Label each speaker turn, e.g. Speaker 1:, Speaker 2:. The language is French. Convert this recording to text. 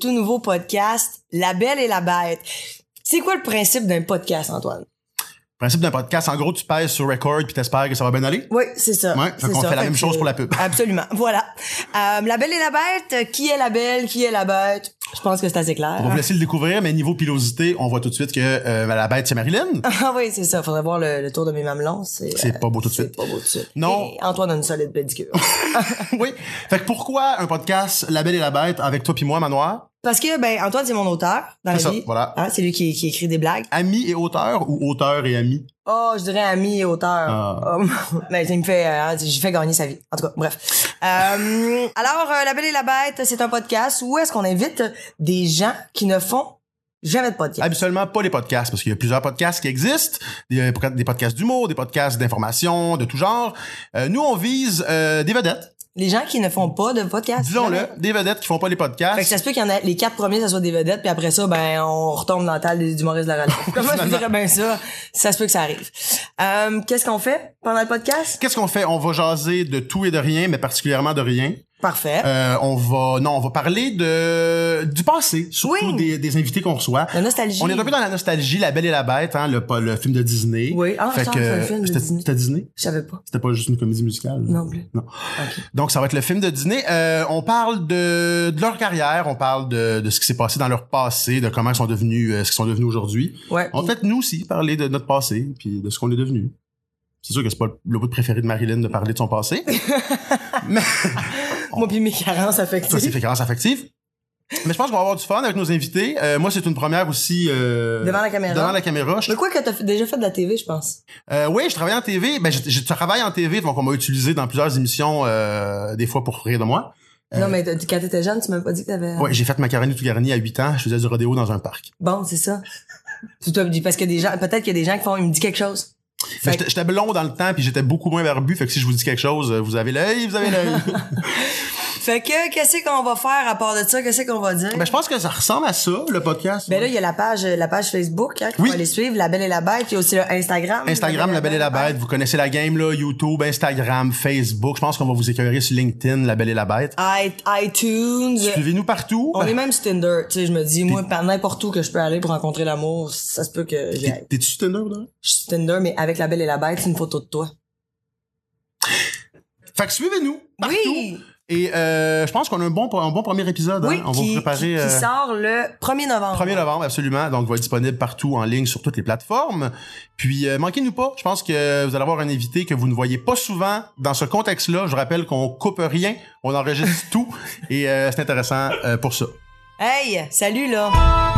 Speaker 1: tout nouveau podcast La Belle et la Bête. C'est quoi le principe d'un podcast, Antoine?
Speaker 2: principe d'un podcast, en gros, tu pèses sur record puis t'espères que ça va bien aller.
Speaker 1: Oui, c'est ça.
Speaker 2: Ouais,
Speaker 1: c'est
Speaker 2: fait qu'on
Speaker 1: ça.
Speaker 2: fait la même
Speaker 1: que-
Speaker 2: chose pour la pub.
Speaker 1: Absolument. Voilà. Euh, la Belle et la Bête, euh, qui est la belle, qui est la bête? Je pense que c'est assez clair.
Speaker 2: On va vous laisser le découvrir, mais niveau pilosité, on voit tout de suite que euh, la bête, c'est Marilyn.
Speaker 1: Ah oui, c'est ça. Faudrait voir le, le tour de mes mamelons. C'est
Speaker 2: C'est pas beau tout de
Speaker 1: c'est
Speaker 2: suite.
Speaker 1: pas beau tout de suite.
Speaker 2: Non.
Speaker 1: Et Antoine a une solide pédicure.
Speaker 2: oui. Fait que pourquoi un podcast La Belle et la Bête avec toi puis moi, Manoir?
Speaker 1: Parce que, ben, Antoine, c'est mon auteur dans la
Speaker 2: C'est ça,
Speaker 1: vie.
Speaker 2: voilà.
Speaker 1: Hein, c'est lui qui, qui écrit des blagues.
Speaker 2: Ami et auteur ou auteur et ami?
Speaker 1: Oh, je dirais ami et auteur.
Speaker 2: Ah.
Speaker 1: Oh, ben, il me fait, euh, hein, j'ai fait gagner sa vie. En tout cas, bref. Euh, alors, euh, La Belle et la Bête, c'est un podcast où est-ce qu'on invite des gens qui ne font jamais de podcast.
Speaker 2: Habituellement, pas les podcasts, parce qu'il y a plusieurs podcasts qui existent, des, des podcasts d'humour, des podcasts d'information, de tout genre. Euh, nous, on vise euh, des vedettes,
Speaker 1: Les gens qui ne font pas de podcast.
Speaker 2: disons-le,
Speaker 1: jamais.
Speaker 2: des vedettes qui font pas les
Speaker 1: Fait que
Speaker 2: podcasts.
Speaker 1: ça se peut qu'il y en a les quatre premiers, ça soit des vedettes, puis après ça, ben, on retombe dans le tal des humoristes de la radio. Comment je vous dirais bien ça? Ça se peut que ça arrive. Euh, qu'est-ce qu'on fait pendant le podcast?
Speaker 2: Qu'est-ce qu'on fait? On va jaser de tout et de rien, mais particulièrement de rien.
Speaker 1: Parfait.
Speaker 2: Euh, on va non, on va parler de du passé, surtout
Speaker 1: Oui.
Speaker 2: des, des invités qu'on reçoit.
Speaker 1: La nostalgie.
Speaker 2: On est un peu dans la nostalgie, La Belle et la Bête, hein, le, pas- le film de Disney.
Speaker 1: Oui. Ah,
Speaker 2: fait
Speaker 1: ça,
Speaker 2: que
Speaker 1: c'est un film de
Speaker 2: c'était-
Speaker 1: Disney.
Speaker 2: c'était Disney.
Speaker 1: Je savais pas.
Speaker 2: C'était pas juste une comédie musicale.
Speaker 1: Non plus.
Speaker 2: Non.
Speaker 1: Ok.
Speaker 2: Donc ça va être le film de Disney. Euh, on parle de, de leur carrière, on parle de, de ce qui s'est passé dans leur passé, de comment ils sont devenus, euh, ce qu'ils sont devenus aujourd'hui.
Speaker 1: Ouais.
Speaker 2: En fait, nous aussi parler de notre passé, puis de ce qu'on est devenu. C'est sûr que c'est pas le- le bout préféré de Marilyn de parler de son passé.
Speaker 1: Moi puis mes carences
Speaker 2: Oh. Ça, c'est
Speaker 1: affectives.
Speaker 2: fréquence affective. Mais je pense qu'on va avoir du fun avec nos invités. Euh, moi, c'est une première aussi. euh,
Speaker 1: Devant la caméra.
Speaker 2: Devant la caméra. Je-
Speaker 1: Mais quoi que t'as fait- déjà fait de la TV, je pense.
Speaker 2: Euh, oui, je travaille en TV. Ben, je, je travaille en TV, donc on m'a utilisé dans plusieurs émissions, euh, des fois pour rire de moi. Euh,
Speaker 1: Non, mais t'as- quand t'étais jeune, tu m'as pas dit que t'avais...
Speaker 2: Ouais, j'ai fait macaroni tout garni à 8 ans. Je faisais du rodéo dans un parc.
Speaker 1: Bon, c'est ça. Tu t'as dit, parce que des gens, peut-être qu'il y a des gens qui font, il me dit quelque chose.
Speaker 2: Ben,
Speaker 1: Fait
Speaker 2: j'étais- J'étais blond dans le temps, puis j'étais beaucoup moins barbu. Fait que si je vous dis quelque chose, euh, vous avez l'œil, vous avez l'œil.
Speaker 1: Fait que, qu'est-ce qu'on va faire à part de ça? Qu'est-ce qu'on va dire?
Speaker 2: ben, je pense que ça ressemble à ça, le podcast.
Speaker 1: Ben là, il y a la page, la page Facebook, hein, qu'on
Speaker 2: Oui.
Speaker 1: va aller suivre, La Belle et la Bête, il y a aussi le Instagram.
Speaker 2: Instagram, La Belle et la Bête, vous connaissez la game, là, YouTube, Instagram, Facebook. Je pense qu'on va vous écœurer sur LinkedIn, La Belle et la Bête.
Speaker 1: I- iTunes.
Speaker 2: Suivez-nous partout.
Speaker 1: On est même sur Tinder, tu sais, je me dis, moi, par n'importe où que je peux aller pour rencontrer l'amour, ça se peut que j'y
Speaker 2: T'es-
Speaker 1: aille.
Speaker 2: T'es-tu sur Tinder, là?
Speaker 1: Je suis sur Tinder, mais avec La Belle et la Bête, c'est une photo de toi.
Speaker 2: Fait que suivez-nous partout.
Speaker 1: Oui!
Speaker 2: Et euh, je pense qu'on a un bon, un bon premier épisode. hein. On
Speaker 1: qui,
Speaker 2: va vous préparer...
Speaker 1: qui- qui
Speaker 2: euh,
Speaker 1: sort le 1er novembre.
Speaker 2: 1er novembre, absolument. Donc, il va être disponible partout en ligne sur toutes les plateformes. Puis, euh, manquez-nous pas. Je pense que vous allez avoir un invité que vous ne voyez pas souvent dans ce contexte-là. Je rappelle qu'on coupe rien, on enregistre tout. Et euh, c'est intéressant euh, pour ça.
Speaker 1: Hey, salut là.